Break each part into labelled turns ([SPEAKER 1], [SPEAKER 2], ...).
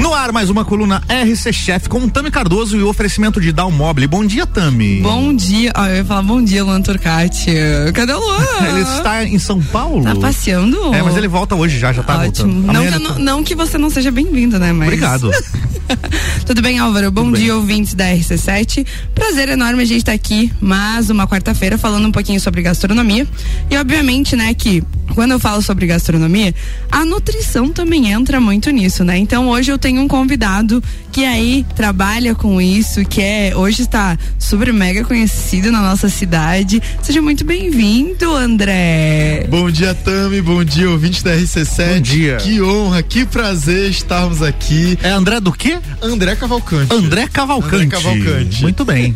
[SPEAKER 1] No ar, mais uma coluna RC Chef com o Tami Cardoso e o oferecimento de Dal Mobile. Bom dia, Tami.
[SPEAKER 2] Bom dia. Ah, eu ia falar bom dia, Luan Turcati. Cadê o Luan?
[SPEAKER 1] Ele está em São Paulo.
[SPEAKER 2] Tá passeando?
[SPEAKER 1] É, mas ele volta hoje já, já tá
[SPEAKER 2] Ótimo.
[SPEAKER 1] voltando.
[SPEAKER 2] Não
[SPEAKER 1] Amanhã
[SPEAKER 2] que, eu
[SPEAKER 1] ele
[SPEAKER 2] não,
[SPEAKER 1] tá-
[SPEAKER 2] não que você não seja bem-vindo, né? Mas...
[SPEAKER 1] Obrigado.
[SPEAKER 2] Tudo bem, Álvaro? Bom
[SPEAKER 1] Tudo
[SPEAKER 2] dia,
[SPEAKER 1] bem.
[SPEAKER 2] ouvintes da RC7. Prazer enorme a gente estar aqui mais uma quarta-feira falando um pouquinho sobre gastronomia. E obviamente, né, que quando eu falo sobre gastronomia, a nutrição também entra muito nisso, né? Então hoje eu tenho um convidado que aí trabalha com isso, que é hoje está super mega conhecido na nossa cidade. Seja muito bem-vindo, André.
[SPEAKER 3] Bom dia, Tami. Bom dia, ouvinte da RC7.
[SPEAKER 1] Bom dia.
[SPEAKER 3] Que honra, que prazer estarmos aqui.
[SPEAKER 1] É André do quê?
[SPEAKER 3] André Cavalcante.
[SPEAKER 1] André Cavalcante.
[SPEAKER 3] André Cavalcante.
[SPEAKER 1] Muito bem.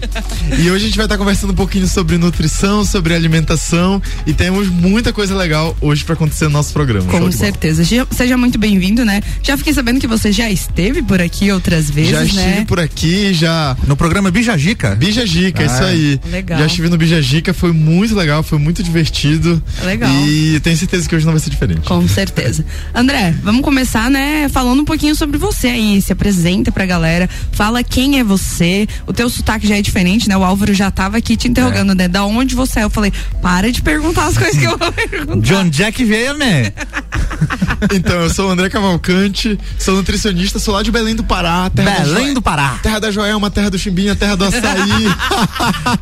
[SPEAKER 3] E hoje a gente vai estar conversando um pouquinho sobre nutrição, sobre alimentação e temos muita coisa legal hoje pra acontecer no nosso programa.
[SPEAKER 2] Com
[SPEAKER 3] Show de bola.
[SPEAKER 2] certeza. Já- Seja muito bem-vindo, né? Já fiquei sabendo que você já esteve por aqui outras vezes,
[SPEAKER 3] Já estive
[SPEAKER 2] né?
[SPEAKER 3] por aqui, já
[SPEAKER 1] No programa Bijajica.
[SPEAKER 3] Bija Jica, isso
[SPEAKER 1] Ah,
[SPEAKER 3] aí.
[SPEAKER 2] Legal.
[SPEAKER 3] Já estive no Bija Jica, foi muito legal, foi muito divertido.
[SPEAKER 2] Legal.
[SPEAKER 3] E tenho certeza que hoje não vai ser diferente.
[SPEAKER 2] Com certeza. André, vamos começar, né, falando um pouquinho sobre você aí. Se apresenta pra galera, fala quem é você. O teu sotaque já é diferente, né? O Álvaro já tava aqui te interrogando, né? Da onde você é? Eu falei, para de perguntar as coisas que eu vou perguntar.
[SPEAKER 1] John Jack veio, né?
[SPEAKER 3] Então, eu sou o André Cavalcante, sou nutricionista, sou lá de Belém do Pará, terra da
[SPEAKER 1] Belém
[SPEAKER 3] Joel-
[SPEAKER 1] do Pará.
[SPEAKER 3] Terra da Joelma, terra do Chimbinha, terra do Açaí.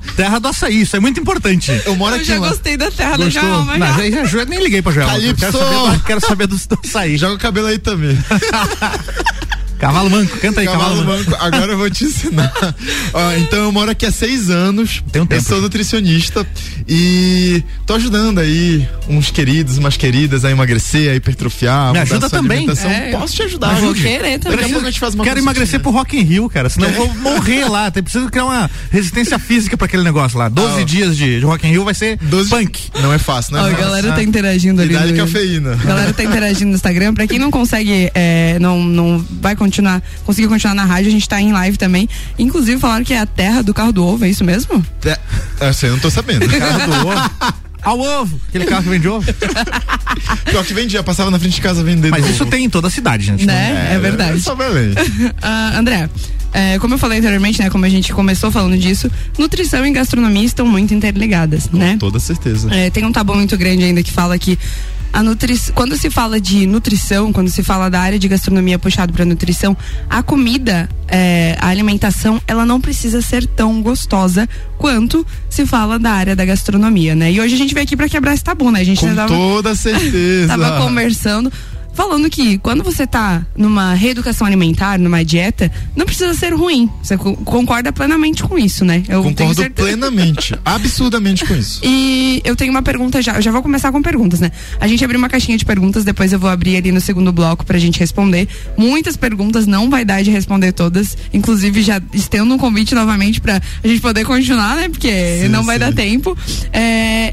[SPEAKER 1] Terra do açaí, isso é muito importante.
[SPEAKER 3] Eu moro
[SPEAKER 2] Eu
[SPEAKER 3] aqui
[SPEAKER 2] já
[SPEAKER 3] lá.
[SPEAKER 2] gostei da terra
[SPEAKER 1] Gostou? é-
[SPEAKER 2] do João,
[SPEAKER 1] Não, já, já, já- nem liguei pra Joel.
[SPEAKER 3] Calypso!
[SPEAKER 1] Quero saber, quero saber do, do açaí.
[SPEAKER 3] Joga o cabelo aí também.
[SPEAKER 1] Cavalo manco, canta aí, cavalo,
[SPEAKER 3] Cavalo
[SPEAKER 1] manco.
[SPEAKER 3] manco, agora eu vou te ensinar. Ó, então eu moro aqui há seis anos.
[SPEAKER 1] Tem um tempo.
[SPEAKER 3] Eu sou nutricionista e tô ajudando aí uns queridos, umas queridas a emagrecer, a hipertrofiar. a
[SPEAKER 1] Me
[SPEAKER 3] mudar
[SPEAKER 1] ajuda
[SPEAKER 3] sua
[SPEAKER 1] também.
[SPEAKER 3] alimentação.
[SPEAKER 2] É, eu-
[SPEAKER 3] Posso te ajudar,
[SPEAKER 2] eu vou
[SPEAKER 3] ajude.
[SPEAKER 2] querer também.
[SPEAKER 3] Daqui a pouco a gente faz uma
[SPEAKER 1] Quero
[SPEAKER 3] consultinha.
[SPEAKER 1] emagrecer pro Rock in Rio, cara, senão eu vou morrer lá. Tem, preciso criar uma resistência física pra aquele negócio lá. 12
[SPEAKER 3] Ah, ó.
[SPEAKER 1] dias de, de Rock in Rio vai ser
[SPEAKER 3] Doze-
[SPEAKER 1] punk.
[SPEAKER 3] Não é fácil, né?
[SPEAKER 2] Ó, a
[SPEAKER 3] Nossa.
[SPEAKER 2] galera tá interagindo ali.
[SPEAKER 3] Idade é
[SPEAKER 2] no-
[SPEAKER 3] cafeína.
[SPEAKER 2] A galera tá interagindo no Instagram. Pra quem não consegue, é, não, não vai continuar, conseguir continuar na rádio, a gente tá em live também. Inclusive falaram que é a terra do carro do ovo, é isso mesmo?
[SPEAKER 3] É, eu sei, eu não tô sabendo.
[SPEAKER 1] Carro do ovo. Ao ovo, aquele carro que vende ovo.
[SPEAKER 3] Pior que vendia, passava na frente de casa vendendo.
[SPEAKER 1] Mas
[SPEAKER 3] ovo.
[SPEAKER 1] isso tem em toda a cidade, gente.
[SPEAKER 2] Né? É, verdade.
[SPEAKER 3] Só Belém.
[SPEAKER 2] Ah, André, é, como eu falei anteriormente, né? Como a gente começou falando disso, nutrição e gastronomia estão muito interligadas, né?
[SPEAKER 3] Com toda certeza.
[SPEAKER 2] É, tem um tabu muito grande ainda que fala que a nutri... quando se fala de nutrição, quando se fala da área de gastronomia puxado para nutrição, a comida, é, a alimentação, ela não precisa ser tão gostosa quanto se fala da área da gastronomia, né? E hoje a gente veio aqui para quebrar esse tabu, né? A gente
[SPEAKER 3] Com
[SPEAKER 2] ainda tava-
[SPEAKER 3] toda certeza.
[SPEAKER 2] tava conversando, falando que quando você tá numa reeducação alimentar, numa dieta, não precisa ser ruim. Você co- concorda plenamente com isso, né? Eu tenho
[SPEAKER 3] Concordo
[SPEAKER 2] certeza.
[SPEAKER 3] plenamente, absurdamente com isso.
[SPEAKER 2] E eu tenho uma pergunta já. Eu já vou começar com perguntas, né? A gente abriu uma caixinha de perguntas, depois eu vou abrir ali no segundo bloco pra gente responder. Muitas perguntas, não vai dar de responder todas. Inclusive, já estendo um convite novamente pra a gente poder continuar, né? Porque
[SPEAKER 3] Sim,
[SPEAKER 2] não vai
[SPEAKER 3] sim.
[SPEAKER 2] dar tempo. É,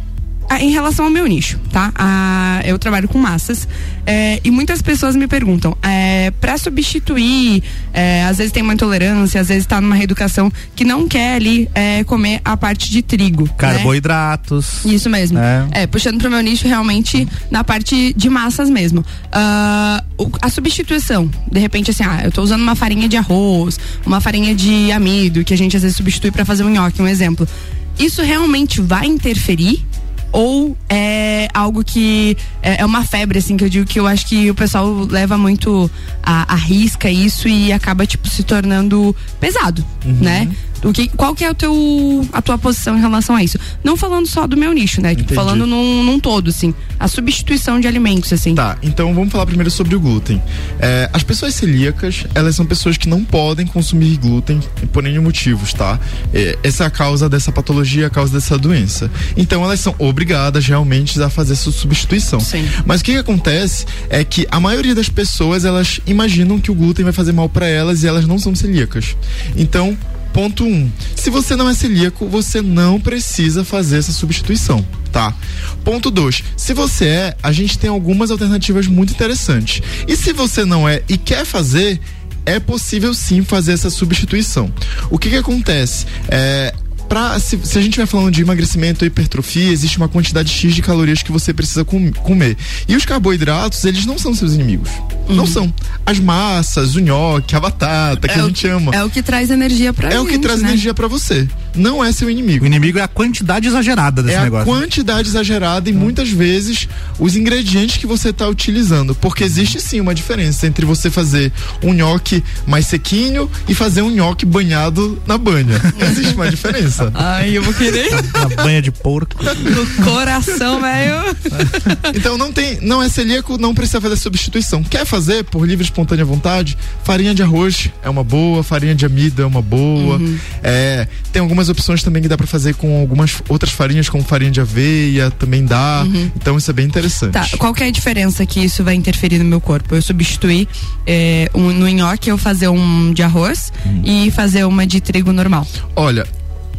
[SPEAKER 2] a- Em relação ao meu nicho, tá? A- eu trabalho com massas é, e muitas pessoas me perguntam: é, para substituir, é, às vezes tem uma intolerância, às vezes tá numa reeducação que não quer ali é, comer a parte de trigo. né?
[SPEAKER 1] Carboidratos.
[SPEAKER 3] Né?
[SPEAKER 2] Isso mesmo.
[SPEAKER 1] É.
[SPEAKER 2] É, puxando pro meu nicho realmente na parte de massas mesmo. Ah, o- a substituição, de repente, assim, ah, eu tô usando uma farinha de arroz, uma farinha de amido, que a gente às vezes substitui para fazer um nhoque, um exemplo. Isso realmente vai interferir? Ou é algo que é, é uma febre, assim, que eu digo que eu acho que o pessoal leva muito a, a risca isso e acaba, tipo, se tornando pesado, né? O que, qual que é o teu, a tua posição em relação a isso? Não falando só do meu nicho, né? Tipo,
[SPEAKER 3] Entendi.
[SPEAKER 2] falando num, num todo, assim. A substituição de alimentos, assim.
[SPEAKER 3] Tá, então vamos falar primeiro sobre o glúten. É, as pessoas celíacas, elas são pessoas que não podem consumir glúten por nenhum motivo, tá? É, essa é a causa dessa patologia, a causa dessa doença. Então elas são obrigadas realmente a fazer essa substituição.
[SPEAKER 2] Sim.
[SPEAKER 3] Mas o que, que acontece é que a maioria das pessoas, elas imaginam que o glúten vai fazer mal pra elas e elas não são celíacas. Então, ponto 1. Um, se você não é celíaco, você não precisa fazer essa substituição, tá? Ponto 2. Se você é, a gente tem algumas alternativas muito interessantes. E se você não é e quer fazer, é possível sim fazer essa substituição. O que que acontece? É, pra, se, se a gente vai falando de emagrecimento ou hipertrofia, existe uma quantidade X de calorias que você precisa com- comer. E os carboidratos, eles não são seus inimigos. Não são. As massas, o nhoque, a batata, que a
[SPEAKER 2] o
[SPEAKER 3] gente ama.
[SPEAKER 2] Uhum. É o que traz energia pra
[SPEAKER 3] É,
[SPEAKER 2] gente.
[SPEAKER 3] o que traz
[SPEAKER 2] né?
[SPEAKER 3] energia pra você. Não é seu inimigo.
[SPEAKER 1] O inimigo é a quantidade exagerada desse
[SPEAKER 3] é a
[SPEAKER 1] negócio. né?
[SPEAKER 3] quantidade exagerada e muitas vezes os ingredientes que você está utilizando. Porque existe sim uma diferença entre você fazer um nhoque mais sequinho e fazer um nhoque banhado na banha. Existe uma diferença.
[SPEAKER 2] Ai, eu vou querer
[SPEAKER 1] A banha de porco.
[SPEAKER 2] no coração, velho.
[SPEAKER 3] Então não tem, não é celíaco, não precisa fazer substituição. Quer fazer por livre e espontânea vontade? Farinha de arroz é uma boa, farinha de amido é uma boa. É, tem algumas opções também que dá pra fazer com algumas outras farinhas, como farinha de aveia, também dá. Então isso é bem interessante.
[SPEAKER 2] Tá, qual que é a diferença que isso vai interferir no meu corpo? Eu substituir é, um, no nhoque eu fazer um de arroz
[SPEAKER 3] Hum.
[SPEAKER 2] e fazer uma de trigo normal.
[SPEAKER 3] Olha,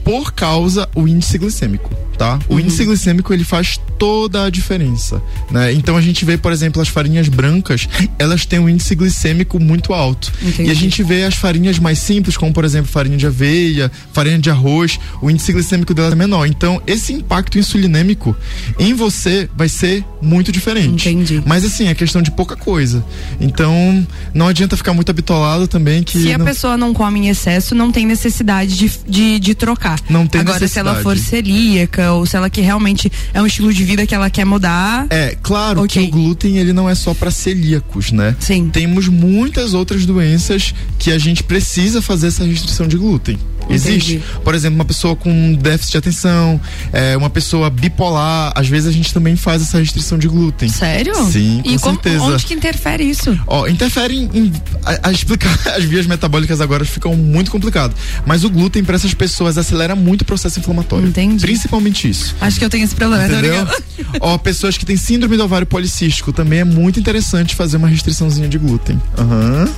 [SPEAKER 3] por causa o índice glicêmico, tá?
[SPEAKER 2] Uhum.
[SPEAKER 3] O índice glicêmico ele faz toda a diferença, né? Então a gente vê, por exemplo, as farinhas brancas, elas têm um índice glicêmico muito alto.
[SPEAKER 2] Entendi.
[SPEAKER 3] E a gente vê as farinhas mais simples, como por exemplo, farinha de aveia, farinha de arroz, o índice glicêmico delas é menor. Então, esse impacto insulinêmico em você vai ser muito diferente.
[SPEAKER 2] Entendi.
[SPEAKER 3] Mas assim, é questão de pouca coisa. Então, não adianta ficar muito habitolado também que
[SPEAKER 2] Se a
[SPEAKER 3] não-
[SPEAKER 2] pessoa não come em excesso, não tem necessidade de, de, de trocar.
[SPEAKER 3] Não tem
[SPEAKER 2] Agora, se ela
[SPEAKER 3] necessidade.
[SPEAKER 2] for celíaca ou se ela que realmente é um estilo de vida que ela quer mudar.
[SPEAKER 3] É, claro
[SPEAKER 2] Ok.
[SPEAKER 3] que o glúten ele não é só para celíacos, né?
[SPEAKER 2] Sim.
[SPEAKER 3] Temos muitas outras doenças que a gente precisa fazer essa restrição de glúten. Existe. Por exemplo, uma pessoa com déficit de atenção, é, uma pessoa bipolar, às vezes a gente também faz essa restrição de glúten.
[SPEAKER 2] Sério?
[SPEAKER 3] Sim, com
[SPEAKER 2] e como-
[SPEAKER 3] certeza.
[SPEAKER 2] onde que interfere isso?
[SPEAKER 3] Ó, interfere em, em- a, a explicar as vias metabólicas agora ficam muito complicado, mas o glúten para essas pessoas acelera muito o processo inflamatório.
[SPEAKER 2] Entendi.
[SPEAKER 3] Principalmente isso.
[SPEAKER 2] Acho que eu tenho esse problema, tô
[SPEAKER 3] Entendeu?
[SPEAKER 2] brincando.
[SPEAKER 3] Ó, pessoas que têm síndrome do ovário policístico também é muito interessante fazer uma restriçãozinha de glúten. Aham.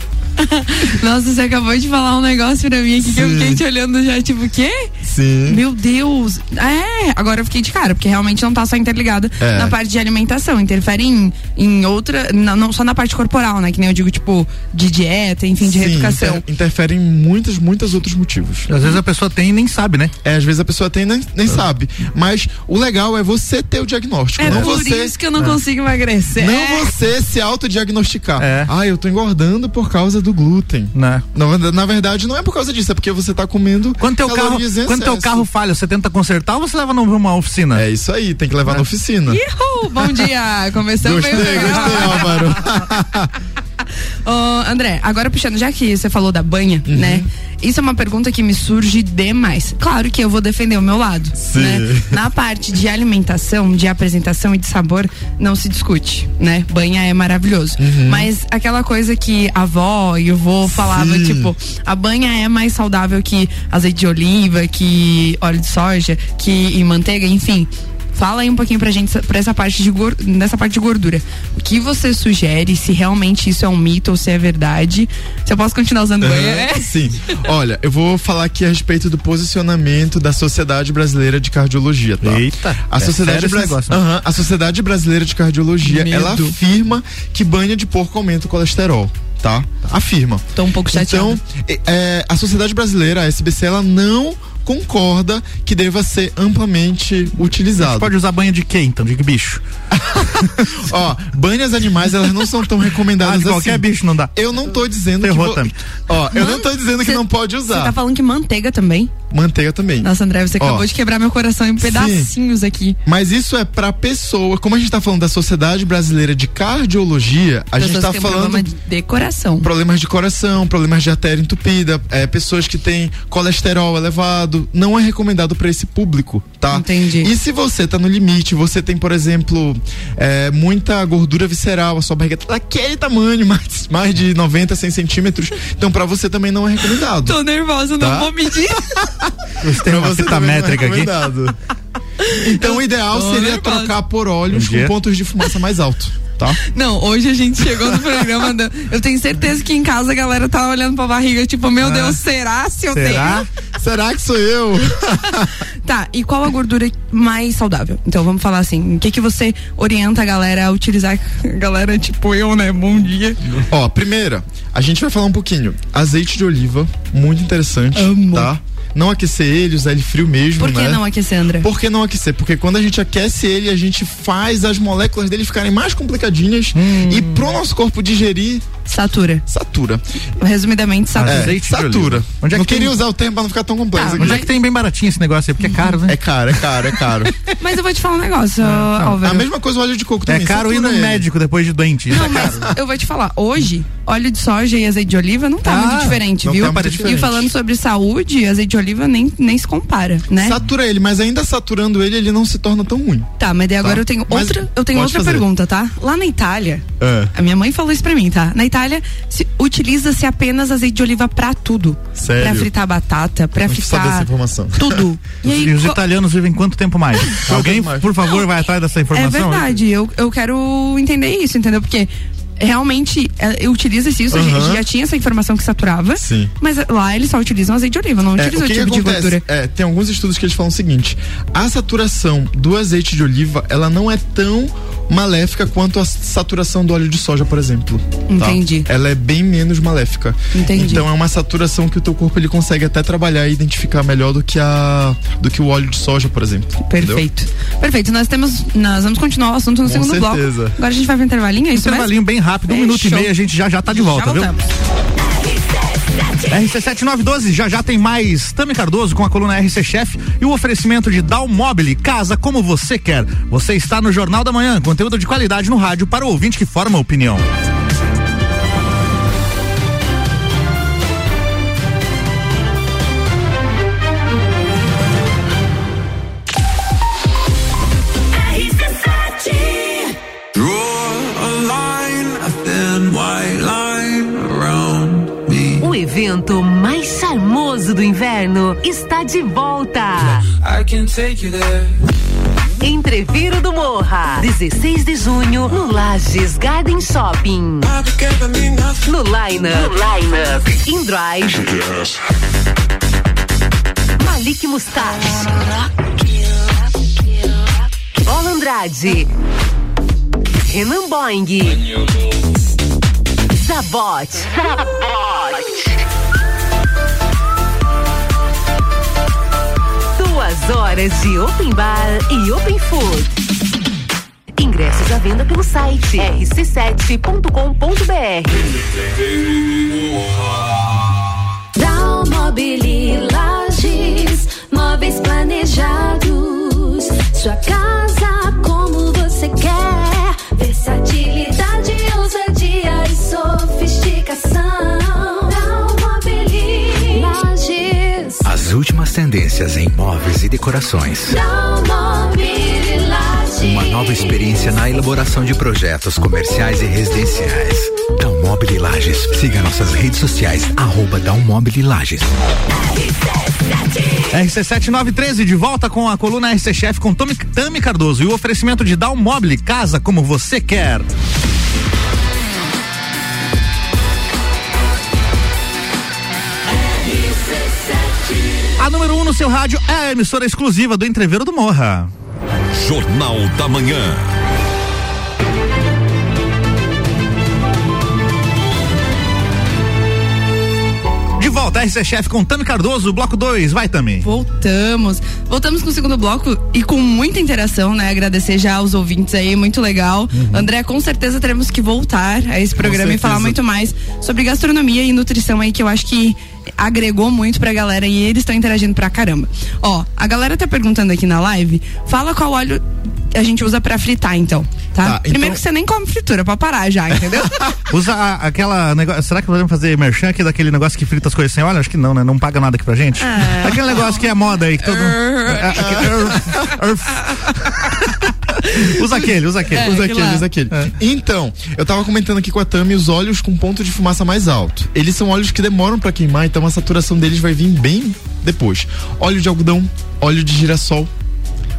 [SPEAKER 2] Nossa, você acabou de falar um negócio pra mim aqui que eu
[SPEAKER 3] Sim.
[SPEAKER 2] fiquei te olhando já, tipo, o quê?
[SPEAKER 3] Sim.
[SPEAKER 2] Meu Deus! É, agora eu fiquei de cara, porque realmente não tá só interligado
[SPEAKER 3] É.
[SPEAKER 2] na parte de alimentação, interfere em, em outra, na- não só na parte corporal, né? Que nem eu digo, tipo, de dieta, enfim, de
[SPEAKER 3] Sim,
[SPEAKER 2] reeducação.
[SPEAKER 3] inter- interfere em muitos, muitos outros motivos.
[SPEAKER 1] Às vezes a pessoa tem e nem sabe, né?
[SPEAKER 3] É, às vezes a pessoa tem e nem, nem sabe. Mas o legal é você ter o diagnóstico.
[SPEAKER 2] É
[SPEAKER 3] não
[SPEAKER 2] por
[SPEAKER 3] você.
[SPEAKER 2] isso É. que eu não consigo emagrecer.
[SPEAKER 3] Não você se autodiagnosticar.
[SPEAKER 1] É.
[SPEAKER 3] Ah, eu tô engordando por causa do glúten.
[SPEAKER 1] Né?
[SPEAKER 3] Na, na verdade, não é por causa disso, é porque você tá comendo.
[SPEAKER 1] Quando teu carro,
[SPEAKER 3] calorias em
[SPEAKER 1] quando teu
[SPEAKER 3] excesso.
[SPEAKER 1] carro falha, você tenta consertar ou você leva numa oficina?
[SPEAKER 3] É isso aí, tem que levar na oficina.
[SPEAKER 2] Uhul, É. bom dia! Começamos
[SPEAKER 3] Gostei,
[SPEAKER 2] bem o programa.
[SPEAKER 3] gostei, Álvaro.
[SPEAKER 2] Ô, André, agora puxando, já que você falou da banha,
[SPEAKER 3] Uhum.
[SPEAKER 2] né? Isso é uma pergunta que me surge demais. Claro que eu vou defender o meu lado.
[SPEAKER 3] Sim.
[SPEAKER 2] né? Na parte de alimentação, de apresentação e de sabor, não se discute, né? Banha é maravilhoso.
[SPEAKER 3] Uhum.
[SPEAKER 2] Mas aquela coisa que a avó e o vô falavam,
[SPEAKER 3] Sim.
[SPEAKER 2] tipo, a banha é mais saudável que azeite de oliva, que óleo de soja, que e manteiga, enfim. Fala aí um pouquinho pra gente pra essa parte de gor- nessa parte de gordura. O que você sugere, se realmente isso é um mito ou se é verdade? Se eu posso continuar usando banha, né?
[SPEAKER 3] É, Sim. Olha, eu vou falar aqui a respeito do posicionamento da Sociedade Brasileira de Cardiologia, tá?
[SPEAKER 1] Eita,
[SPEAKER 3] A
[SPEAKER 1] é
[SPEAKER 3] Sociedade,
[SPEAKER 1] sério esse
[SPEAKER 3] Bras-
[SPEAKER 1] negócio, né?
[SPEAKER 3] Aham, a Sociedade Brasileira de Cardiologia,
[SPEAKER 2] Medo.
[SPEAKER 3] ela afirma que banha de porco aumenta o colesterol, tá? Afirma.
[SPEAKER 2] Tô um pouco chateada.
[SPEAKER 3] Então, é, é, a Sociedade Brasileira, a SBC, ela não concorda que deva ser amplamente utilizado.
[SPEAKER 1] Pode usar banho de quê, então? De que bicho?
[SPEAKER 3] Ó, banhas animais, elas não são tão
[SPEAKER 1] Ah,
[SPEAKER 3] recomendadas
[SPEAKER 1] de qualquer
[SPEAKER 3] assim.
[SPEAKER 1] bicho não dá.
[SPEAKER 3] Eu não tô dizendo
[SPEAKER 1] Ferrou
[SPEAKER 3] que
[SPEAKER 1] também.
[SPEAKER 3] Ó, eu
[SPEAKER 2] Mano,
[SPEAKER 3] não tô dizendo que
[SPEAKER 2] cê-
[SPEAKER 3] não pode
[SPEAKER 2] Você
[SPEAKER 3] usar.
[SPEAKER 2] tá falando que manteiga também?
[SPEAKER 3] Manteiga também.
[SPEAKER 2] Nossa, André, você
[SPEAKER 3] Ó.
[SPEAKER 2] acabou de quebrar meu coração em pedacinhos aqui.
[SPEAKER 3] Mas isso é pra pessoa, como a gente tá falando da Sociedade Brasileira de Cardiologia, a gente
[SPEAKER 2] Pessoas
[SPEAKER 3] tá
[SPEAKER 2] que têm problema
[SPEAKER 3] falando
[SPEAKER 2] de de coração.
[SPEAKER 3] problemas de coração, problemas de artéria entupida, é, pessoas que têm colesterol elevado, não é recomendado pra esse público, tá?
[SPEAKER 2] Entendi.
[SPEAKER 3] E se você tá no limite, você tem, por exemplo, é, muita gordura visceral, a sua barriga tá daquele tamanho, mais, mais de 90, 100 centímetros, então pra você também não é recomendado.
[SPEAKER 2] Tô nervosa, não
[SPEAKER 3] Tá?
[SPEAKER 2] vou medir.
[SPEAKER 1] Tem uma fita
[SPEAKER 3] também não é
[SPEAKER 1] métrica aqui.
[SPEAKER 3] recomendado. Então o ideal
[SPEAKER 2] Tô
[SPEAKER 3] seria
[SPEAKER 2] nervosa.
[SPEAKER 3] trocar por óleos
[SPEAKER 1] Bom Um dia.
[SPEAKER 3] com pontos de fumaça mais alto, tá?
[SPEAKER 2] Não, hoje a gente chegou no programa. da- Eu tenho certeza que em casa a galera tá olhando pra barriga, tipo,
[SPEAKER 3] Ah.
[SPEAKER 2] meu Deus, será se eu
[SPEAKER 1] Será?
[SPEAKER 2] tenho?
[SPEAKER 3] Será que sou eu?
[SPEAKER 2] Tá, e qual a gordura mais saudável. Então vamos falar assim, o que que você orienta a galera a utilizar? Galera tipo eu, né? Bom dia.
[SPEAKER 3] Ó, primeira, a gente vai falar um pouquinho. Azeite de oliva, muito interessante,
[SPEAKER 2] Amo.
[SPEAKER 3] tá? Não aquecer ele, usar ele frio mesmo,
[SPEAKER 2] Por que
[SPEAKER 3] né?
[SPEAKER 2] não aquecer, Andra?
[SPEAKER 3] Por que não aquecer? Porque quando a gente aquece ele, a gente faz as moléculas dele ficarem mais complicadinhas
[SPEAKER 1] Hum.
[SPEAKER 3] e pro nosso corpo digerir,
[SPEAKER 2] Satura.
[SPEAKER 3] satura. Ah, É,
[SPEAKER 2] Resumidamente, satura.
[SPEAKER 1] Azeite de
[SPEAKER 3] satura.
[SPEAKER 1] oliva. Onde é
[SPEAKER 3] não
[SPEAKER 1] que tem-
[SPEAKER 3] queria usar o termo pra não ficar tão
[SPEAKER 2] Tá,
[SPEAKER 3] complexo
[SPEAKER 1] Onde é
[SPEAKER 3] aqui.
[SPEAKER 1] que tem bem baratinho esse negócio aí? Porque é caro, né?
[SPEAKER 3] É caro, é caro, é caro.
[SPEAKER 2] Mas eu vou te falar um negócio, Álvaro.
[SPEAKER 3] a mesma coisa o óleo de coco
[SPEAKER 1] É,
[SPEAKER 3] também.
[SPEAKER 1] caro ir
[SPEAKER 3] satura
[SPEAKER 1] no
[SPEAKER 3] ele.
[SPEAKER 1] médico depois de doente.
[SPEAKER 2] Não, mas eu vou te falar, hoje, óleo de soja e azeite de oliva não tá
[SPEAKER 1] Ah,
[SPEAKER 2] muito diferente,
[SPEAKER 3] não
[SPEAKER 2] viu?
[SPEAKER 3] tá muito diferente.
[SPEAKER 2] E falando sobre saúde, azeite de oliva nem, nem se compara, né?
[SPEAKER 3] Satura ele, mas ainda saturando ele, ele não se torna tão ruim.
[SPEAKER 2] Tá, mas daí agora
[SPEAKER 3] Tá.
[SPEAKER 2] eu tenho
[SPEAKER 3] Mas
[SPEAKER 2] outra, eu tenho
[SPEAKER 3] pode
[SPEAKER 2] outra
[SPEAKER 3] fazer.
[SPEAKER 2] pergunta, tá? Lá na Itália,
[SPEAKER 3] É.
[SPEAKER 2] a minha mãe falou isso pra mim, tá? Na Itália, se- utiliza-se apenas azeite de oliva pra tudo.
[SPEAKER 3] Sério?
[SPEAKER 2] Pra fritar batata, pra
[SPEAKER 3] Eu preciso saber essa
[SPEAKER 2] fritar
[SPEAKER 3] informação. tá
[SPEAKER 2] tudo. E aí,
[SPEAKER 1] E os
[SPEAKER 2] co-
[SPEAKER 1] italianos vivem quanto tempo mais? Alguém,
[SPEAKER 3] mais.
[SPEAKER 1] por favor, vai atrás dessa
[SPEAKER 2] É
[SPEAKER 1] informação?
[SPEAKER 2] verdade, eu, eu quero entender isso, entendeu? Porque realmente é, eu utilizo esse isso, a
[SPEAKER 3] Aham.
[SPEAKER 2] gente já tinha essa informação que saturava,
[SPEAKER 3] Sim.
[SPEAKER 2] mas lá eles só utilizam azeite de oliva, não
[SPEAKER 3] É,
[SPEAKER 2] utilizam o tipo de gordura.
[SPEAKER 3] É, tem alguns estudos que eles falam o seguinte: a saturação do azeite de oliva, ela não é tão maléfica quanto a saturação do óleo de soja, por exemplo. tá?
[SPEAKER 2] Entendi.
[SPEAKER 3] Ela é bem menos maléfica.
[SPEAKER 2] Entendi.
[SPEAKER 3] Então é uma saturação que o teu corpo ele consegue até trabalhar e identificar melhor do que a do que o óleo de soja, por exemplo. entendeu?
[SPEAKER 2] Perfeito. Perfeito. Nós temos. Nós vamos continuar o assunto no
[SPEAKER 3] Com
[SPEAKER 2] segundo
[SPEAKER 3] certeza.
[SPEAKER 2] bloco. Agora a gente vai pro intervalinho, é isso mesmo?
[SPEAKER 1] Intervalinho bem rápido, um
[SPEAKER 2] É,
[SPEAKER 1] minuto
[SPEAKER 2] show.
[SPEAKER 1] e meio, a gente já já tá de volta,
[SPEAKER 2] já
[SPEAKER 1] viu?
[SPEAKER 2] voltamos.
[SPEAKER 1] RC7912, já já tem mais Tami Cardoso com a coluna RC Chef e o oferecimento de Dalmobile, casa como você quer. Você está no Jornal da Manhã, conteúdo de qualidade no rádio para o ouvinte que forma opinião.
[SPEAKER 4] Draw a line, a thin white line around me.
[SPEAKER 5] O evento mais charmoso do inverno está de volta.
[SPEAKER 4] I can take you there.
[SPEAKER 5] Entreviro do Morra, 16 de junho, no Lages Garden Shopping.
[SPEAKER 4] Papa gave me nothing.
[SPEAKER 5] No Lineup, no Indrive, Malik Mustache, Bola Andrade, Renan Boing, Zabot, Duas horas de Open Bar e Open Food. Ingressos à venda pelo site rc7.com.br.
[SPEAKER 6] Dalmobili Lages, um móveis planejados. Sua casa como você quer. Versatilidade, ousadia e sofisticação. um Dalmobili Lages.
[SPEAKER 7] As últimas tendências em móveis e decorações.
[SPEAKER 6] um Dalmobili Lages.
[SPEAKER 7] Uma nova experiência na elaboração de projetos comerciais e residenciais. Dalmobile Lages. Siga nossas redes sociais, arroba Dalmobile Lages.
[SPEAKER 1] RC7913, de volta com a coluna RC Chef com Tami, Tami Cardoso e o oferecimento de Dalmobile, casa como você quer. A número 1 um no seu rádio é a emissora exclusiva do Entreveiro do Morra.
[SPEAKER 8] Jornal da Manhã.
[SPEAKER 1] De volta, RC Chef com Tami Cardoso, bloco 2. Vai, Tami.
[SPEAKER 2] Voltamos. Voltamos com o segundo bloco e com muita interação, né? Agradecer já aos ouvintes aí, muito legal.
[SPEAKER 3] Uhum.
[SPEAKER 2] André, com certeza teremos que voltar a esse programa e
[SPEAKER 3] certeza.
[SPEAKER 2] falar muito mais sobre gastronomia e nutrição aí, que eu acho que agregou muito pra galera e eles estão interagindo pra caramba. Ó, a galera tá perguntando aqui na live, fala qual óleo a gente usa pra fritar, então, tá?
[SPEAKER 3] Tá, então-
[SPEAKER 2] Primeiro que você nem come fritura, pra parar já, entendeu?
[SPEAKER 1] Usa a- aquela negócio. Será que podemos fazer merchan aqui daquele negócio que frita as coisas sem óleo? Acho que não, né? Não paga nada aqui pra gente.
[SPEAKER 2] Ah.
[SPEAKER 1] Aquele negócio que é moda aí, que todo. Ah, aquele- Urf. usa aquele, usa aquele.
[SPEAKER 3] Usa
[SPEAKER 2] É,
[SPEAKER 3] aquele,
[SPEAKER 2] lá.
[SPEAKER 3] usa aquele. Então, eu tava comentando aqui com a Tami os óleos com ponto de fumaça mais alto. Eles são óleos que demoram pra queimar, então a saturação deles vai vir bem depois. Óleo de algodão, óleo de girassol.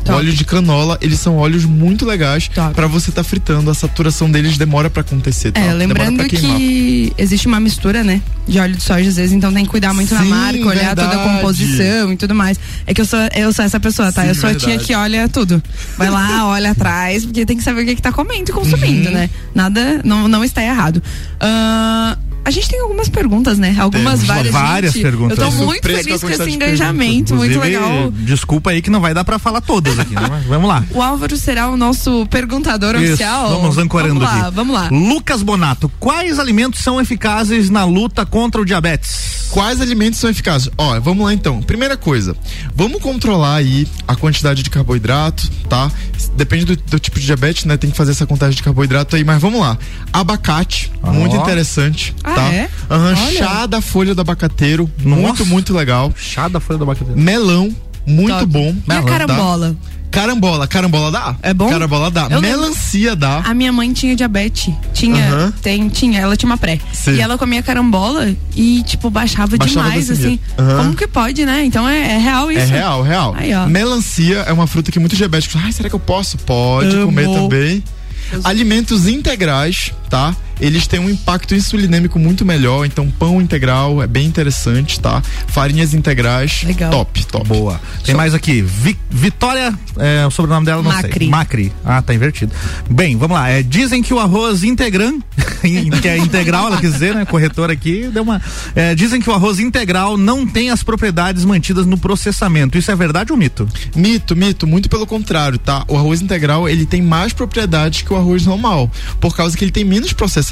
[SPEAKER 2] Top.
[SPEAKER 3] Óleo de canola, eles são óleos muito legais
[SPEAKER 2] Top.
[SPEAKER 3] pra você tá fritando. A saturação deles demora pra acontecer. Tá?
[SPEAKER 2] É,
[SPEAKER 3] Demora
[SPEAKER 2] lembrando
[SPEAKER 3] pra queimar.
[SPEAKER 2] que existe uma mistura, né? De óleo de soja, às vezes, então tem que cuidar muito na
[SPEAKER 3] Sim,
[SPEAKER 2] marca, olhar toda a
[SPEAKER 3] verdade.
[SPEAKER 2] composição e tudo mais. É que eu sou, eu sou essa pessoa, tá?
[SPEAKER 3] Sim,
[SPEAKER 2] eu sou a tia
[SPEAKER 3] verdade.
[SPEAKER 2] que olha tudo. Vai lá, olha atrás, porque tem que saber o que, que tá comendo e
[SPEAKER 3] Uhum.
[SPEAKER 2] consumindo, né? Nada, não, não está errado. Ahn, a gente tem algumas perguntas, né? Algumas
[SPEAKER 1] Temos
[SPEAKER 2] várias.
[SPEAKER 1] várias
[SPEAKER 2] gente.
[SPEAKER 1] perguntas.
[SPEAKER 2] Eu tô
[SPEAKER 1] Tô
[SPEAKER 2] muito
[SPEAKER 3] surpreso
[SPEAKER 2] feliz
[SPEAKER 3] com
[SPEAKER 2] com
[SPEAKER 3] a
[SPEAKER 2] esse
[SPEAKER 3] quantidade de perguntas.
[SPEAKER 2] engajamento, muito
[SPEAKER 1] Inclusive,
[SPEAKER 2] legal.
[SPEAKER 1] Desculpa aí que não vai dar pra falar todas aqui, né? Mas vamos lá.
[SPEAKER 2] O Álvaro será o nosso perguntador
[SPEAKER 1] Isso,
[SPEAKER 2] oficial.
[SPEAKER 1] Vamos ancorando
[SPEAKER 2] Vamos lá,
[SPEAKER 1] aqui.
[SPEAKER 2] vamos lá.
[SPEAKER 1] Lucas Bonato, quais alimentos são eficazes na luta contra o diabetes?
[SPEAKER 3] Quais alimentos são eficazes? Ó, vamos lá então. Primeira coisa, vamos controlar aí a quantidade de carboidrato, tá? Depende do, do tipo de diabetes, né? Tem que fazer essa contagem de carboidrato aí, mas vamos lá. Abacate, muito interessante,
[SPEAKER 2] Ah,
[SPEAKER 3] tá?
[SPEAKER 2] é?
[SPEAKER 3] Aham,
[SPEAKER 2] Olha.
[SPEAKER 3] chá da folha do abacateiro,
[SPEAKER 1] Nossa.
[SPEAKER 3] muito, muito legal.
[SPEAKER 1] Chá da folha do abacateiro.
[SPEAKER 3] Melão, muito
[SPEAKER 2] Top.
[SPEAKER 3] bom.
[SPEAKER 2] E a
[SPEAKER 3] Melão, tá?
[SPEAKER 2] carambola?
[SPEAKER 3] Carambola, carambola dá?
[SPEAKER 2] É bom?
[SPEAKER 3] Carambola dá.
[SPEAKER 2] Eu lembro.
[SPEAKER 3] Melancia dá.
[SPEAKER 2] A minha mãe tinha diabetes. Tinha,
[SPEAKER 3] Aham.
[SPEAKER 2] tem, tinha, ela tinha uma pré.
[SPEAKER 3] Sim.
[SPEAKER 2] E ela comia carambola e, tipo, baixava,
[SPEAKER 3] Baixava a
[SPEAKER 2] demais, assim.
[SPEAKER 3] glicemia. Aham.
[SPEAKER 2] Como que pode, né? Então é, é real isso.
[SPEAKER 3] É real, real.
[SPEAKER 2] Aí, ó.
[SPEAKER 3] Melancia é uma fruta que muitos diabéticos. Ai, será que eu posso? Pode
[SPEAKER 2] Amo.
[SPEAKER 3] comer também. Alimentos integrais, tá? Eles têm um impacto insulinêmico muito melhor, então pão integral é bem interessante, tá? Farinhas integrais,
[SPEAKER 2] Legal.
[SPEAKER 3] top, top.
[SPEAKER 1] Boa. Tem
[SPEAKER 3] Só-
[SPEAKER 1] mais aqui. Vi- Vitória, é, o sobrenome dela não sei.
[SPEAKER 2] Macri.
[SPEAKER 1] Macri. Ah, tá invertido. Bem, vamos lá. É, dizem que o arroz integran, que é integral, ela quis dizer, né? Corretora aqui, deu uma. É, dizem que o arroz integral não tem as propriedades mantidas no processamento. Isso é verdade ou mito?
[SPEAKER 3] Mito, mito, muito pelo contrário, tá? O arroz integral, ele tem mais propriedades que o arroz normal, por causa que ele tem menos processamento.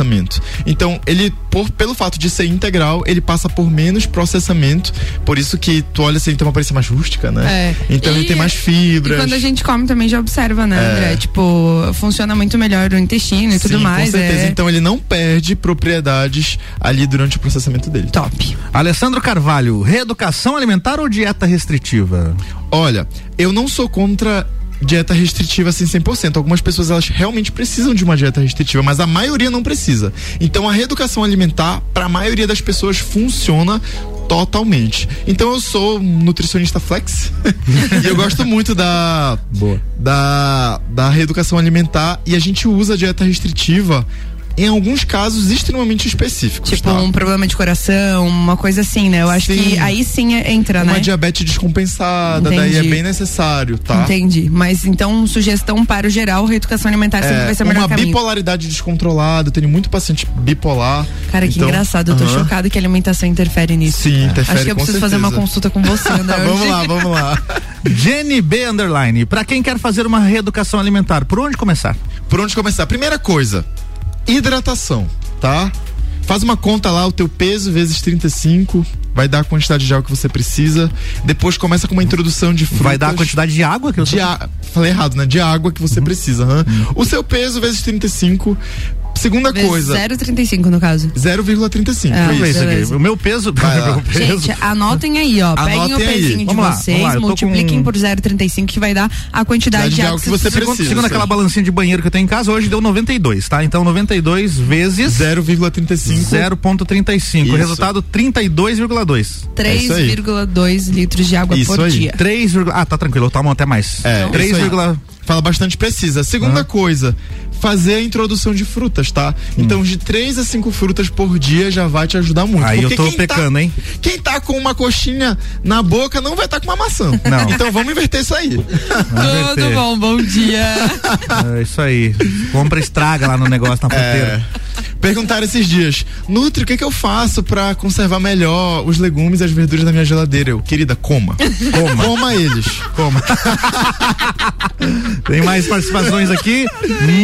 [SPEAKER 3] Então, ele, por- pelo fato de ser integral, ele passa por menos processamento, por isso que tu olha assim, ele tem uma aparência mais rústica, né?
[SPEAKER 2] É.
[SPEAKER 3] Então, ele
[SPEAKER 2] E-
[SPEAKER 3] tem mais
[SPEAKER 2] E
[SPEAKER 3] fibras.
[SPEAKER 2] quando a gente come também já observa, né, André? Tipo, funciona muito melhor o intestino e tudo
[SPEAKER 3] É. Sim,
[SPEAKER 2] mais.
[SPEAKER 3] com certeza.
[SPEAKER 2] É
[SPEAKER 3] Então, ele não perde propriedades ali durante o processamento dele. tá?
[SPEAKER 2] top. Tipo,
[SPEAKER 1] Alessandro Carvalho, reeducação alimentar ou dieta restritiva?
[SPEAKER 3] Olha, eu não sou contra dieta restritiva assim 100%. Algumas pessoas elas realmente precisam de uma dieta restritiva, mas a maioria não precisa. Então a reeducação alimentar para a maioria das pessoas funciona totalmente. Então eu sou um nutricionista flex e eu gosto muito da
[SPEAKER 1] Boa.
[SPEAKER 3] da da reeducação alimentar e a gente usa a dieta restritiva em alguns casos extremamente específicos,
[SPEAKER 2] Tipo,
[SPEAKER 3] tá?
[SPEAKER 2] um problema de coração, uma coisa assim, né? Eu acho
[SPEAKER 3] Sim.
[SPEAKER 2] que aí sim é- entra,
[SPEAKER 3] Uma
[SPEAKER 2] né?
[SPEAKER 3] diabetes descompensada, daí é
[SPEAKER 2] Entendi.
[SPEAKER 3] bem necessário, tá?
[SPEAKER 2] Entendi. Mas então, sugestão para o geral, reeducação alimentar sempre
[SPEAKER 3] É,
[SPEAKER 2] vai ser o melhor
[SPEAKER 3] uma
[SPEAKER 2] caminho.
[SPEAKER 3] bipolaridade descontrolada, eu tenho muito paciente bipolar.
[SPEAKER 2] Cara, que
[SPEAKER 3] então-
[SPEAKER 2] engraçado. Eu tô
[SPEAKER 3] Aham.
[SPEAKER 2] chocada que a alimentação interfere nisso.
[SPEAKER 3] Sim, interfere
[SPEAKER 2] Acho que eu
[SPEAKER 3] com
[SPEAKER 2] preciso fazer
[SPEAKER 3] certeza.
[SPEAKER 2] uma consulta com você, André.
[SPEAKER 3] Tá, vamos lá, vamos lá.
[SPEAKER 1] Jenny B. Underline, pra quem quer fazer uma reeducação alimentar, por onde começar?
[SPEAKER 3] Por onde começar? Primeira coisa, hidratação, tá? Faz uma conta lá, o teu peso vezes 35, vai dar a quantidade de água que você precisa. Depois começa com uma introdução de frutas.
[SPEAKER 1] Vai dar a quantidade de água que eu
[SPEAKER 3] de a... Falei errado, né? De água que
[SPEAKER 2] Uhum.
[SPEAKER 3] você precisa. aham. O seu peso vezes 35. Segunda
[SPEAKER 2] Vezes
[SPEAKER 3] coisa,
[SPEAKER 2] 0,35 no caso.
[SPEAKER 3] 0,35.
[SPEAKER 2] Ah,
[SPEAKER 3] isso.
[SPEAKER 1] Isso aqui.
[SPEAKER 2] Beleza.
[SPEAKER 1] O meu peso.
[SPEAKER 3] Vai lá. é
[SPEAKER 1] meu peso.
[SPEAKER 2] Gente, anotem aí, ó. Peguem
[SPEAKER 3] Anotem
[SPEAKER 2] o
[SPEAKER 3] aí.
[SPEAKER 2] pezinho de
[SPEAKER 1] Vamos lá,
[SPEAKER 2] vocês,
[SPEAKER 1] vamos lá, eu tô
[SPEAKER 2] multipliquem
[SPEAKER 1] com-
[SPEAKER 3] um
[SPEAKER 2] por 0,35 que vai dar a quantidade de água que você
[SPEAKER 3] precisa.
[SPEAKER 1] Segundo, segundo
[SPEAKER 3] isso
[SPEAKER 1] aquela
[SPEAKER 3] aí.
[SPEAKER 1] balancinha de banheiro que eu tenho em casa, hoje deu 92, tá? Então 92 vezes
[SPEAKER 3] 0,35.
[SPEAKER 1] 0,35.
[SPEAKER 3] Isso.
[SPEAKER 1] Resultado 32,2.
[SPEAKER 3] É isso aí.
[SPEAKER 2] 3,2 litros de água
[SPEAKER 3] Isso
[SPEAKER 2] por
[SPEAKER 3] aí.
[SPEAKER 2] dia.
[SPEAKER 1] 3, vírgula- ah, tá tranquilo, eu tomo até mais.
[SPEAKER 3] É, isso aí.
[SPEAKER 1] 3,2.
[SPEAKER 3] Fala bastante precisa. Segunda coisa, fazer a introdução de frutas, tá?
[SPEAKER 1] Hum.
[SPEAKER 3] Então, de três a cinco frutas por dia já vai te ajudar muito.
[SPEAKER 1] Aí eu tô
[SPEAKER 3] quem tá-
[SPEAKER 1] pecando, hein?
[SPEAKER 3] Quem tá com uma coxinha na boca não vai estar com uma maçã.
[SPEAKER 1] Não.
[SPEAKER 3] Então, vamos inverter isso aí. Tá
[SPEAKER 2] Tudo bom, bom dia.
[SPEAKER 1] É isso aí. Compra estraga lá no negócio na
[SPEAKER 3] É.
[SPEAKER 1] fronteira.
[SPEAKER 3] Perguntaram esses dias, Nutri, o que, que eu faço pra conservar melhor os legumes e as verduras da minha geladeira? Eu, querida, coma. Coma. Coma eles.
[SPEAKER 1] Como? Tem mais participações aqui.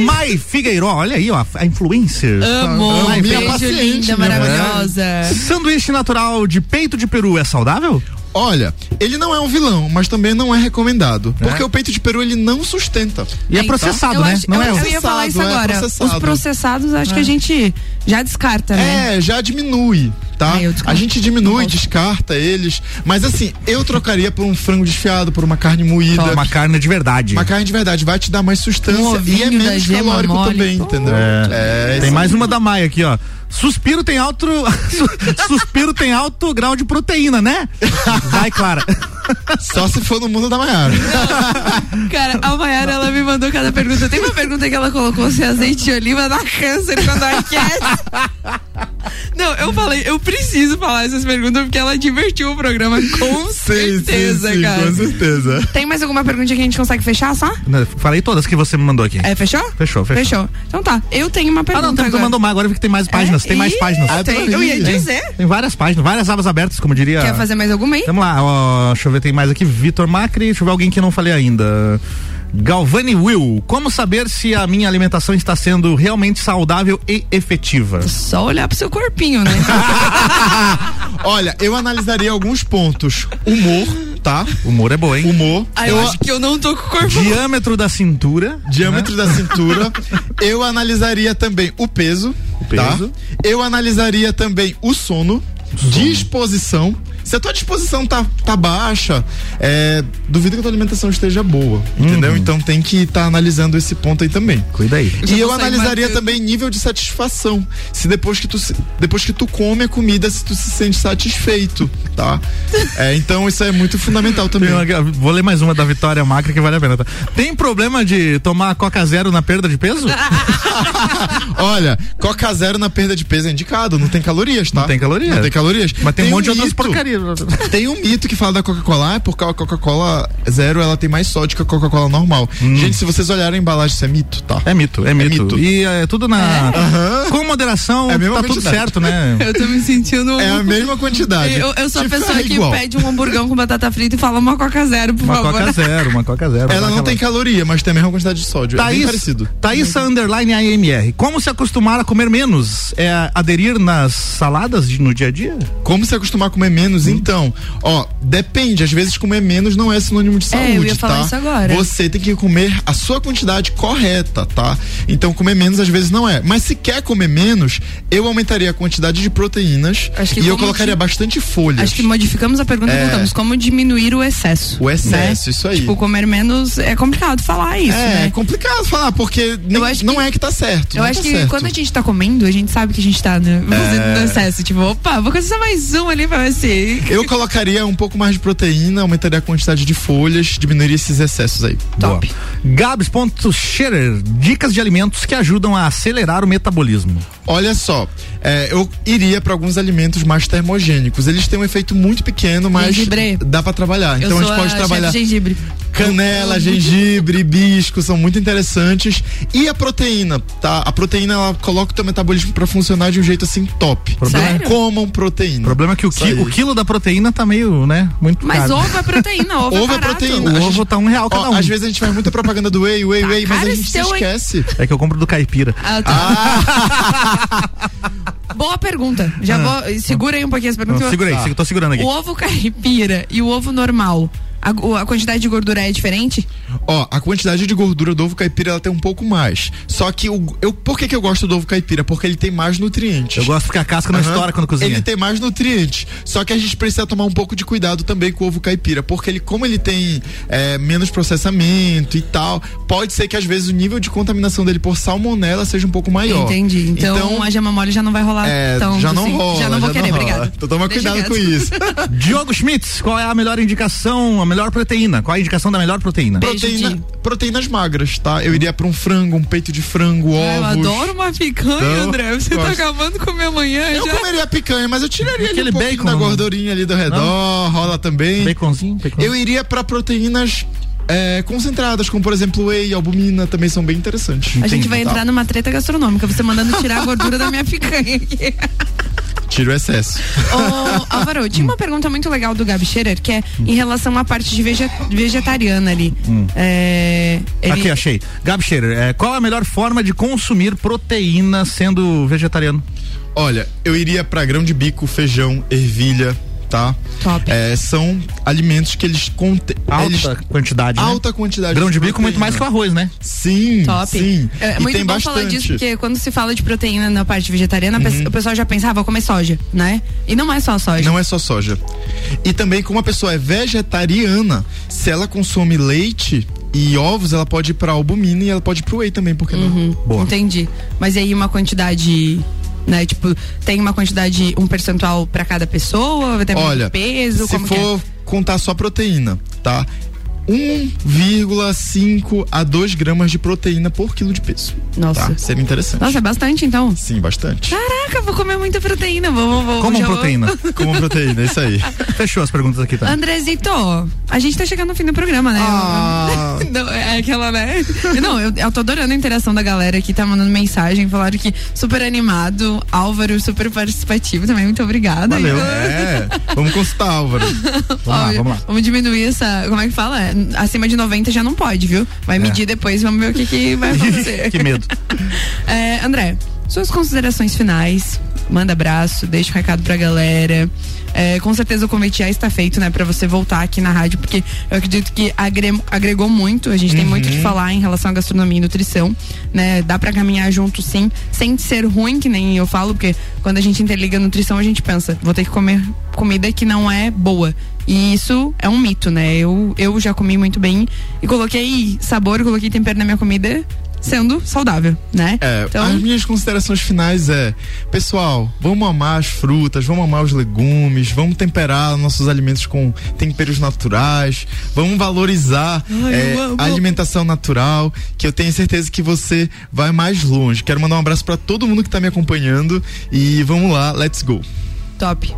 [SPEAKER 1] Mai Figueiró, olha aí, ó, a influencer.
[SPEAKER 3] tá,
[SPEAKER 2] Amo.
[SPEAKER 1] Mai
[SPEAKER 3] minha
[SPEAKER 2] Beijo
[SPEAKER 3] é paciente, né?
[SPEAKER 2] linda,
[SPEAKER 3] minha mulher.
[SPEAKER 2] maravilhosa.
[SPEAKER 1] Sanduíche natural de peito de peru é saudável?
[SPEAKER 3] Olha, ele não é um vilão, mas também não é recomendado.
[SPEAKER 1] É?
[SPEAKER 3] Porque o peito de peru, ele não sustenta.
[SPEAKER 1] E é
[SPEAKER 2] Aí,
[SPEAKER 1] processado,
[SPEAKER 2] Então, eu
[SPEAKER 1] né?
[SPEAKER 2] acho-
[SPEAKER 1] Não
[SPEAKER 2] eu,
[SPEAKER 1] é
[SPEAKER 2] eu ia falar isso
[SPEAKER 3] processado, é
[SPEAKER 2] agora.
[SPEAKER 3] processado.
[SPEAKER 2] Os processados, acho que a gente já descarta, né?
[SPEAKER 3] É, já diminui, tá?
[SPEAKER 2] Ah, eu descarto.
[SPEAKER 3] a gente
[SPEAKER 2] Não
[SPEAKER 3] diminui,
[SPEAKER 2] gosto.
[SPEAKER 3] descarta eles. Mas assim, eu trocaria por um frango desfiado, por uma carne moída.
[SPEAKER 1] uma carne de verdade.
[SPEAKER 3] Uma carne de verdade vai te dar mais
[SPEAKER 2] Um
[SPEAKER 3] sustância e é
[SPEAKER 2] ovinho da
[SPEAKER 3] menos
[SPEAKER 2] gema
[SPEAKER 3] calórico
[SPEAKER 2] mole.
[SPEAKER 3] também, entendeu? É,
[SPEAKER 1] Tem
[SPEAKER 3] isso.
[SPEAKER 1] mais uma da Maia aqui, ó. Suspiro tem alto. su- Suspiro tem alto grau de proteína, né? Vai, Clara.
[SPEAKER 3] Só se for no mundo da Maiara.
[SPEAKER 2] Cara, a Mayara, ela me mandou cada pergunta. Tem uma pergunta que ela colocou se azeite de oliva dá câncer quando aquece. Não, eu falei, eu preciso falar essas perguntas porque ela divertiu o programa, com certeza, cara.
[SPEAKER 3] com certeza.
[SPEAKER 2] Tem mais alguma pergunta que a gente consegue fechar só?
[SPEAKER 1] Não, Falei todas que você me mandou aqui.
[SPEAKER 2] É, fechou?
[SPEAKER 1] Fechou, fechou.
[SPEAKER 2] Então tá, eu tenho uma
[SPEAKER 1] Ah,
[SPEAKER 2] pergunta.
[SPEAKER 1] não, tem que
[SPEAKER 2] agora.
[SPEAKER 1] mandou mais. Agora eu vi que tem mais páginas. Tem mais
[SPEAKER 2] Ih,
[SPEAKER 1] páginas.
[SPEAKER 2] tem. Eu ia dizer.
[SPEAKER 1] Tem várias páginas, várias abas abertas, como diria.
[SPEAKER 2] Quer fazer mais alguma aí?
[SPEAKER 1] Vamos lá, ó, deixa eu ver, tem mais aqui. Vitor Macri, deixa eu ver alguém que eu não falei ainda. Galvani Will, como saber se a minha alimentação está sendo realmente saudável e efetiva?
[SPEAKER 2] Só olhar pro seu corpinho, né?
[SPEAKER 3] Olha, eu analisaria alguns pontos. Humor, tá?
[SPEAKER 1] Humor é bom, hein?
[SPEAKER 3] Humor.
[SPEAKER 2] Ah, eu acho que eu não tô com o corpo.
[SPEAKER 1] Diâmetro da cintura. né?
[SPEAKER 3] Diâmetro da cintura. Eu analisaria também o peso. O
[SPEAKER 1] peso.
[SPEAKER 3] Tá? Eu analisaria também o sono, Disposição. Se a tua disposição tá, tá baixa, é, duvido que a tua alimentação esteja boa. Entendeu? Então tem que estar analisando esse ponto aí também.
[SPEAKER 1] Cuida aí.
[SPEAKER 2] Já
[SPEAKER 3] E eu
[SPEAKER 2] consegue
[SPEAKER 3] analisaria
[SPEAKER 2] bater.
[SPEAKER 3] também nível de satisfação. Se depois que tu se- depois que tu come a comida, se tu se sente satisfeito, tá? É, então isso é muito fundamental também.
[SPEAKER 1] Tem uma aqui, ó, Vou ler mais uma da Vitória Macri que vale a pena. tá? Tem problema de tomar Coca Zero na perda de peso?
[SPEAKER 3] Olha, Coca Zero na perda de peso é indicado, não tem calorias, tá?
[SPEAKER 1] Não tem calorias.
[SPEAKER 3] Não tem calorias.
[SPEAKER 1] Mas tem, um monte de outras
[SPEAKER 3] mito-
[SPEAKER 1] porcarias.
[SPEAKER 3] Tem um mito que fala da Coca-Cola, ah, é porque a Coca-Cola Zero ela tem mais sódio que a Coca-Cola normal. Gente, se vocês olharem a embalagem, isso é mito, tá?
[SPEAKER 1] Hum. É mito, é mito. E é tudo na. Com moderação,
[SPEAKER 3] É a mesma
[SPEAKER 1] tá tudo
[SPEAKER 3] quantidade.
[SPEAKER 1] certo, né?
[SPEAKER 2] Eu tô me sentindo. um-
[SPEAKER 3] É a mesma quantidade.
[SPEAKER 2] Eu, eu sou a
[SPEAKER 3] Tipo,
[SPEAKER 2] pessoa
[SPEAKER 3] é
[SPEAKER 2] que
[SPEAKER 3] igual.
[SPEAKER 2] pede um hamburgão com batata frita e fala uma Coca Zero, por
[SPEAKER 1] Uma
[SPEAKER 2] favor.
[SPEAKER 1] Coca Zero, uma Coca Zero.
[SPEAKER 3] Ela
[SPEAKER 1] Dá
[SPEAKER 3] não
[SPEAKER 1] aquela-
[SPEAKER 3] tem caloria, mas tem a mesma quantidade de sódio. é bem
[SPEAKER 1] Thaís,
[SPEAKER 3] parecido. Uhum.
[SPEAKER 1] Thaís Underline AMR. Como se acostumar a comer menos? É aderir nas saladas de- no dia a dia?
[SPEAKER 3] Como se acostumar a comer menos?
[SPEAKER 2] Hum.
[SPEAKER 3] Então, ó, depende. Às vezes comer menos não é sinônimo de saúde,
[SPEAKER 2] eu ia falar
[SPEAKER 3] tá?
[SPEAKER 2] isso agora.
[SPEAKER 3] Você tem que comer a sua quantidade correta, tá? Então comer menos às vezes não é. Mas se quer comer menos, eu aumentaria a quantidade de proteínas
[SPEAKER 2] Acho que
[SPEAKER 3] e eu
[SPEAKER 2] como
[SPEAKER 3] colocaria
[SPEAKER 2] de-
[SPEAKER 3] bastante folhas.
[SPEAKER 2] Acho que modificamos a pergunta e voltamos. Como diminuir o excesso?
[SPEAKER 3] É. O excesso, isso aí.
[SPEAKER 2] Tipo, comer menos é complicado falar isso,
[SPEAKER 3] é,
[SPEAKER 2] né?
[SPEAKER 3] complicado falar, porque nem-
[SPEAKER 2] acho
[SPEAKER 3] não
[SPEAKER 2] que-
[SPEAKER 3] é que tá certo.
[SPEAKER 2] Eu
[SPEAKER 3] não
[SPEAKER 2] acho
[SPEAKER 3] tá
[SPEAKER 2] que
[SPEAKER 3] certo.
[SPEAKER 2] quando a gente tá comendo, a gente sabe que a gente tá né,
[SPEAKER 3] É.
[SPEAKER 2] fazendo no excesso. Tipo, opa, vou começar mais um ali pra ver se.
[SPEAKER 3] Eu colocaria um pouco mais de proteína, aumentaria a quantidade de folhas, diminuiria esses excessos aí.
[SPEAKER 2] Top.
[SPEAKER 1] Gabs.scherer, dicas de alimentos que ajudam a acelerar o metabolismo.
[SPEAKER 3] Olha só, é, eu iria para alguns alimentos mais termogênicos. Eles têm um efeito muito pequeno, mas
[SPEAKER 2] Gengibre.
[SPEAKER 3] dá para trabalhar.
[SPEAKER 2] Eu
[SPEAKER 3] então a
[SPEAKER 2] sou
[SPEAKER 3] gente pode
[SPEAKER 2] chefe
[SPEAKER 3] trabalhar
[SPEAKER 2] de gengibre.
[SPEAKER 3] canela, gengibre, hibisco, são muito interessantes. E a proteína, tá? A proteína ela coloca o teu metabolismo para funcionar de um jeito assim top.
[SPEAKER 2] Sério?
[SPEAKER 3] Comam proteína.
[SPEAKER 1] O problema é que o,
[SPEAKER 3] Isso
[SPEAKER 1] qui-
[SPEAKER 3] aí.
[SPEAKER 1] o quilo da proteína tá meio, né? Muito
[SPEAKER 2] Mas
[SPEAKER 1] caro.
[SPEAKER 2] ovo é proteína, ovo,
[SPEAKER 3] Ovo
[SPEAKER 2] é
[SPEAKER 3] é
[SPEAKER 2] barato.
[SPEAKER 3] proteína.
[SPEAKER 1] O
[SPEAKER 3] a
[SPEAKER 1] ovo
[SPEAKER 3] gente-
[SPEAKER 1] tá um real cada
[SPEAKER 3] Ó,
[SPEAKER 1] um.
[SPEAKER 3] Às vezes a gente faz muita propaganda do whey, whey, whey, mas a
[SPEAKER 2] cara
[SPEAKER 3] gente
[SPEAKER 2] esse
[SPEAKER 3] se
[SPEAKER 2] teu, Tá hein?
[SPEAKER 3] esquece.
[SPEAKER 1] É que eu compro do caipira.
[SPEAKER 2] Ah, tá.
[SPEAKER 3] Ah.
[SPEAKER 2] Boa pergunta. Já vou. Segura aí um pouquinho essa
[SPEAKER 1] Não,
[SPEAKER 2] pergunta.
[SPEAKER 1] segura aí,
[SPEAKER 3] Tá.
[SPEAKER 1] se- eu tô segurando aqui.
[SPEAKER 2] O ovo caipira e o ovo normal, a, o- a quantidade de gordura é diferente?
[SPEAKER 3] Ó, a quantidade de gordura do ovo caipira ela tem um pouco mais. Só que o, eu, por que, que eu gosto do ovo caipira? Porque ele tem mais nutrientes.
[SPEAKER 1] Eu gosto porque a casca não
[SPEAKER 3] Aham.
[SPEAKER 1] estoura quando cozinha.
[SPEAKER 3] Ele tem mais nutrientes. Só que a gente precisa tomar um pouco de cuidado também com o ovo caipira. Porque ele, como ele tem é, menos processamento e tal, pode ser que às vezes o nível de contaminação dele por salmonela seja um pouco maior.
[SPEAKER 2] Entendi. Então, a gema mole já não vai rolar
[SPEAKER 3] é,
[SPEAKER 2] tanto.
[SPEAKER 3] já não
[SPEAKER 2] assim.
[SPEAKER 3] rola.
[SPEAKER 2] Já não vou querer,
[SPEAKER 3] rola.
[SPEAKER 2] obrigada.
[SPEAKER 3] Então toma
[SPEAKER 2] Deixa
[SPEAKER 3] cuidado com
[SPEAKER 2] quieto.
[SPEAKER 3] isso.
[SPEAKER 1] Diogo Schmitz, qual é a melhor indicação, a melhor proteína? Qual é a indicação da melhor proteína?
[SPEAKER 2] Beijo,
[SPEAKER 3] Proteína,
[SPEAKER 2] Di.
[SPEAKER 3] proteínas magras, tá? Eu iria pra um frango, um peito de frango, ovos.
[SPEAKER 2] Ah, Eu adoro uma picanha,
[SPEAKER 3] Então,
[SPEAKER 2] André. Você tá
[SPEAKER 3] gosto.
[SPEAKER 2] acabando com a minha manhã
[SPEAKER 3] Eu
[SPEAKER 2] já.
[SPEAKER 3] comeria a picanha, mas eu tiraria ali
[SPEAKER 1] Aquele
[SPEAKER 3] um pouquinho
[SPEAKER 1] bacon,
[SPEAKER 3] da
[SPEAKER 1] não?
[SPEAKER 3] gordurinha ali do redor, rola também.
[SPEAKER 1] Baconzinho? baconzinho.
[SPEAKER 3] Eu iria pra proteínas é, concentradas, como por exemplo whey, albumina, também são bem interessantes.
[SPEAKER 2] A gente
[SPEAKER 1] Entendi,
[SPEAKER 2] vai
[SPEAKER 3] tá.
[SPEAKER 2] entrar numa treta gastronômica, você mandando tirar a gordura da minha picanha aqui.
[SPEAKER 3] Tira o excesso.
[SPEAKER 2] Ô, Álvaro, tinha uma pergunta muito legal do Gabi Scherer, que é em relação à parte de vege- vegetariana ali. É, ele-
[SPEAKER 1] Aqui, achei. Gabi Scherer, é, qual a melhor forma de consumir proteína sendo vegetariano?
[SPEAKER 3] Olha, eu iria pra grão de bico, feijão, ervilha, tá?
[SPEAKER 2] Top.
[SPEAKER 3] É, são alimentos que eles contêm.
[SPEAKER 1] Alta
[SPEAKER 3] Eles,
[SPEAKER 1] quantidade. né?
[SPEAKER 3] alta quantidade.
[SPEAKER 1] Grão de bico, muito mais que o arroz, né?
[SPEAKER 3] Sim,
[SPEAKER 2] Top.
[SPEAKER 3] sim.
[SPEAKER 2] É,
[SPEAKER 3] E
[SPEAKER 2] muito
[SPEAKER 3] tem
[SPEAKER 2] bom
[SPEAKER 3] bastante.
[SPEAKER 2] falar disso, porque quando se fala de proteína na parte vegetariana, a pe- o pessoal já pensa, ah, vou comer soja, né? E não é só soja.
[SPEAKER 3] Não é só soja. E também, como a pessoa é vegetariana, se ela consome leite e ovos, ela
[SPEAKER 2] Uhum.
[SPEAKER 3] pode ir pra albumina e ela pode ir pro whey também, porque não?
[SPEAKER 1] Boa.
[SPEAKER 2] Entendi. Mas e aí uma quantidade Né? Tipo, tem uma quantidade, um percentual pra cada pessoa, vai ter
[SPEAKER 3] Olha,
[SPEAKER 2] muito peso,
[SPEAKER 3] se
[SPEAKER 2] como que é?
[SPEAKER 3] for contar só proteína, tá? 1,5 a 2 gramas de proteína por quilo de peso.
[SPEAKER 2] Nossa.
[SPEAKER 3] Tá? Seria interessante.
[SPEAKER 2] Nossa, é bastante então.
[SPEAKER 3] Sim, bastante.
[SPEAKER 2] Caraca, eu vou comer muita proteína. Vou, vou,
[SPEAKER 1] Como
[SPEAKER 2] já vou-
[SPEAKER 1] proteína.
[SPEAKER 3] Como proteína, é isso aí.
[SPEAKER 1] Fechou as perguntas aqui, tá?
[SPEAKER 2] Andrezito, a gente tá chegando no fim do programa, né?
[SPEAKER 3] Ah.
[SPEAKER 2] Não, é aquela, né? Não, eu, eu tô adorando a interação da galera aqui, tá mandando mensagem, falaram que super animado, Álvaro super participativo também, muito obrigada.
[SPEAKER 3] Valeu.
[SPEAKER 2] Eu-
[SPEAKER 3] É, vamos consultar, Álvaro.
[SPEAKER 1] Vamos lá, vamos lá.
[SPEAKER 2] Vamos diminuir essa. Como é que fala? É, Acima de 90 já não pode, viu? Vai medir depois, vamos ver o que, que vai acontecer.
[SPEAKER 1] É. que medo.
[SPEAKER 2] É, André, suas considerações finais. Manda abraço, deixa o recado pra galera. É, com certeza o convite já está feito, né, pra você voltar aqui na rádio, porque eu acredito que agre- agregou muito. A gente tem muito o que falar em relação à gastronomia e nutrição, né? Dá pra caminhar junto, sim, sem ser ruim, que nem eu falo, porque quando a gente interliga a nutrição, a gente pensa, vou ter que comer comida que não é boa. E isso é um mito, né? Eu, eu já comi muito bem e coloquei sabor, coloquei tempero na minha comida, sendo saudável, né?
[SPEAKER 3] É, as minhas considerações finais é, pessoal, vamos amar as frutas, vamos amar os legumes, vamos temperar nossos alimentos com temperos naturais, vamos valorizar é, a alimentação natural, que eu tenho certeza que você vai mais longe. Quero mandar um abraço pra todo mundo que tá me acompanhando e vamos lá, let's go.
[SPEAKER 2] Top.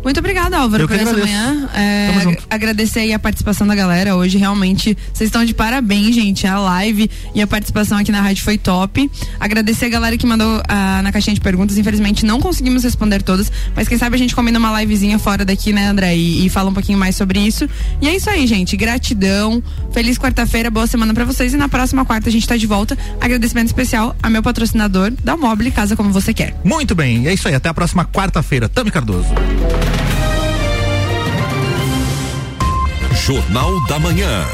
[SPEAKER 2] Muito obrigada, Álvaro,
[SPEAKER 1] Eu
[SPEAKER 2] por
[SPEAKER 1] que
[SPEAKER 2] essa
[SPEAKER 1] agradeço.
[SPEAKER 2] manhã. É,
[SPEAKER 1] Tamo
[SPEAKER 2] ag-
[SPEAKER 1] junto.
[SPEAKER 2] agradecer aí a participação da galera hoje. Realmente, vocês estão de parabéns, gente. A live e a participação aqui na rádio foi top. Agradecer a galera que mandou ah, na caixinha de perguntas. Infelizmente, não conseguimos responder todas, mas quem sabe a gente combina uma livezinha fora daqui, né, André? E, e fala um pouquinho mais sobre isso. E é isso aí, gente. Gratidão. Feliz quarta-feira, boa semana pra vocês. E na próxima quarta a gente tá de volta. Agradecimento especial a meu patrocinador, da Mobile Casa Como Você Quer.
[SPEAKER 1] Muito bem, é isso aí. Até a próxima quarta-feira. Tami Cardoso.
[SPEAKER 8] Jornal da Manhã.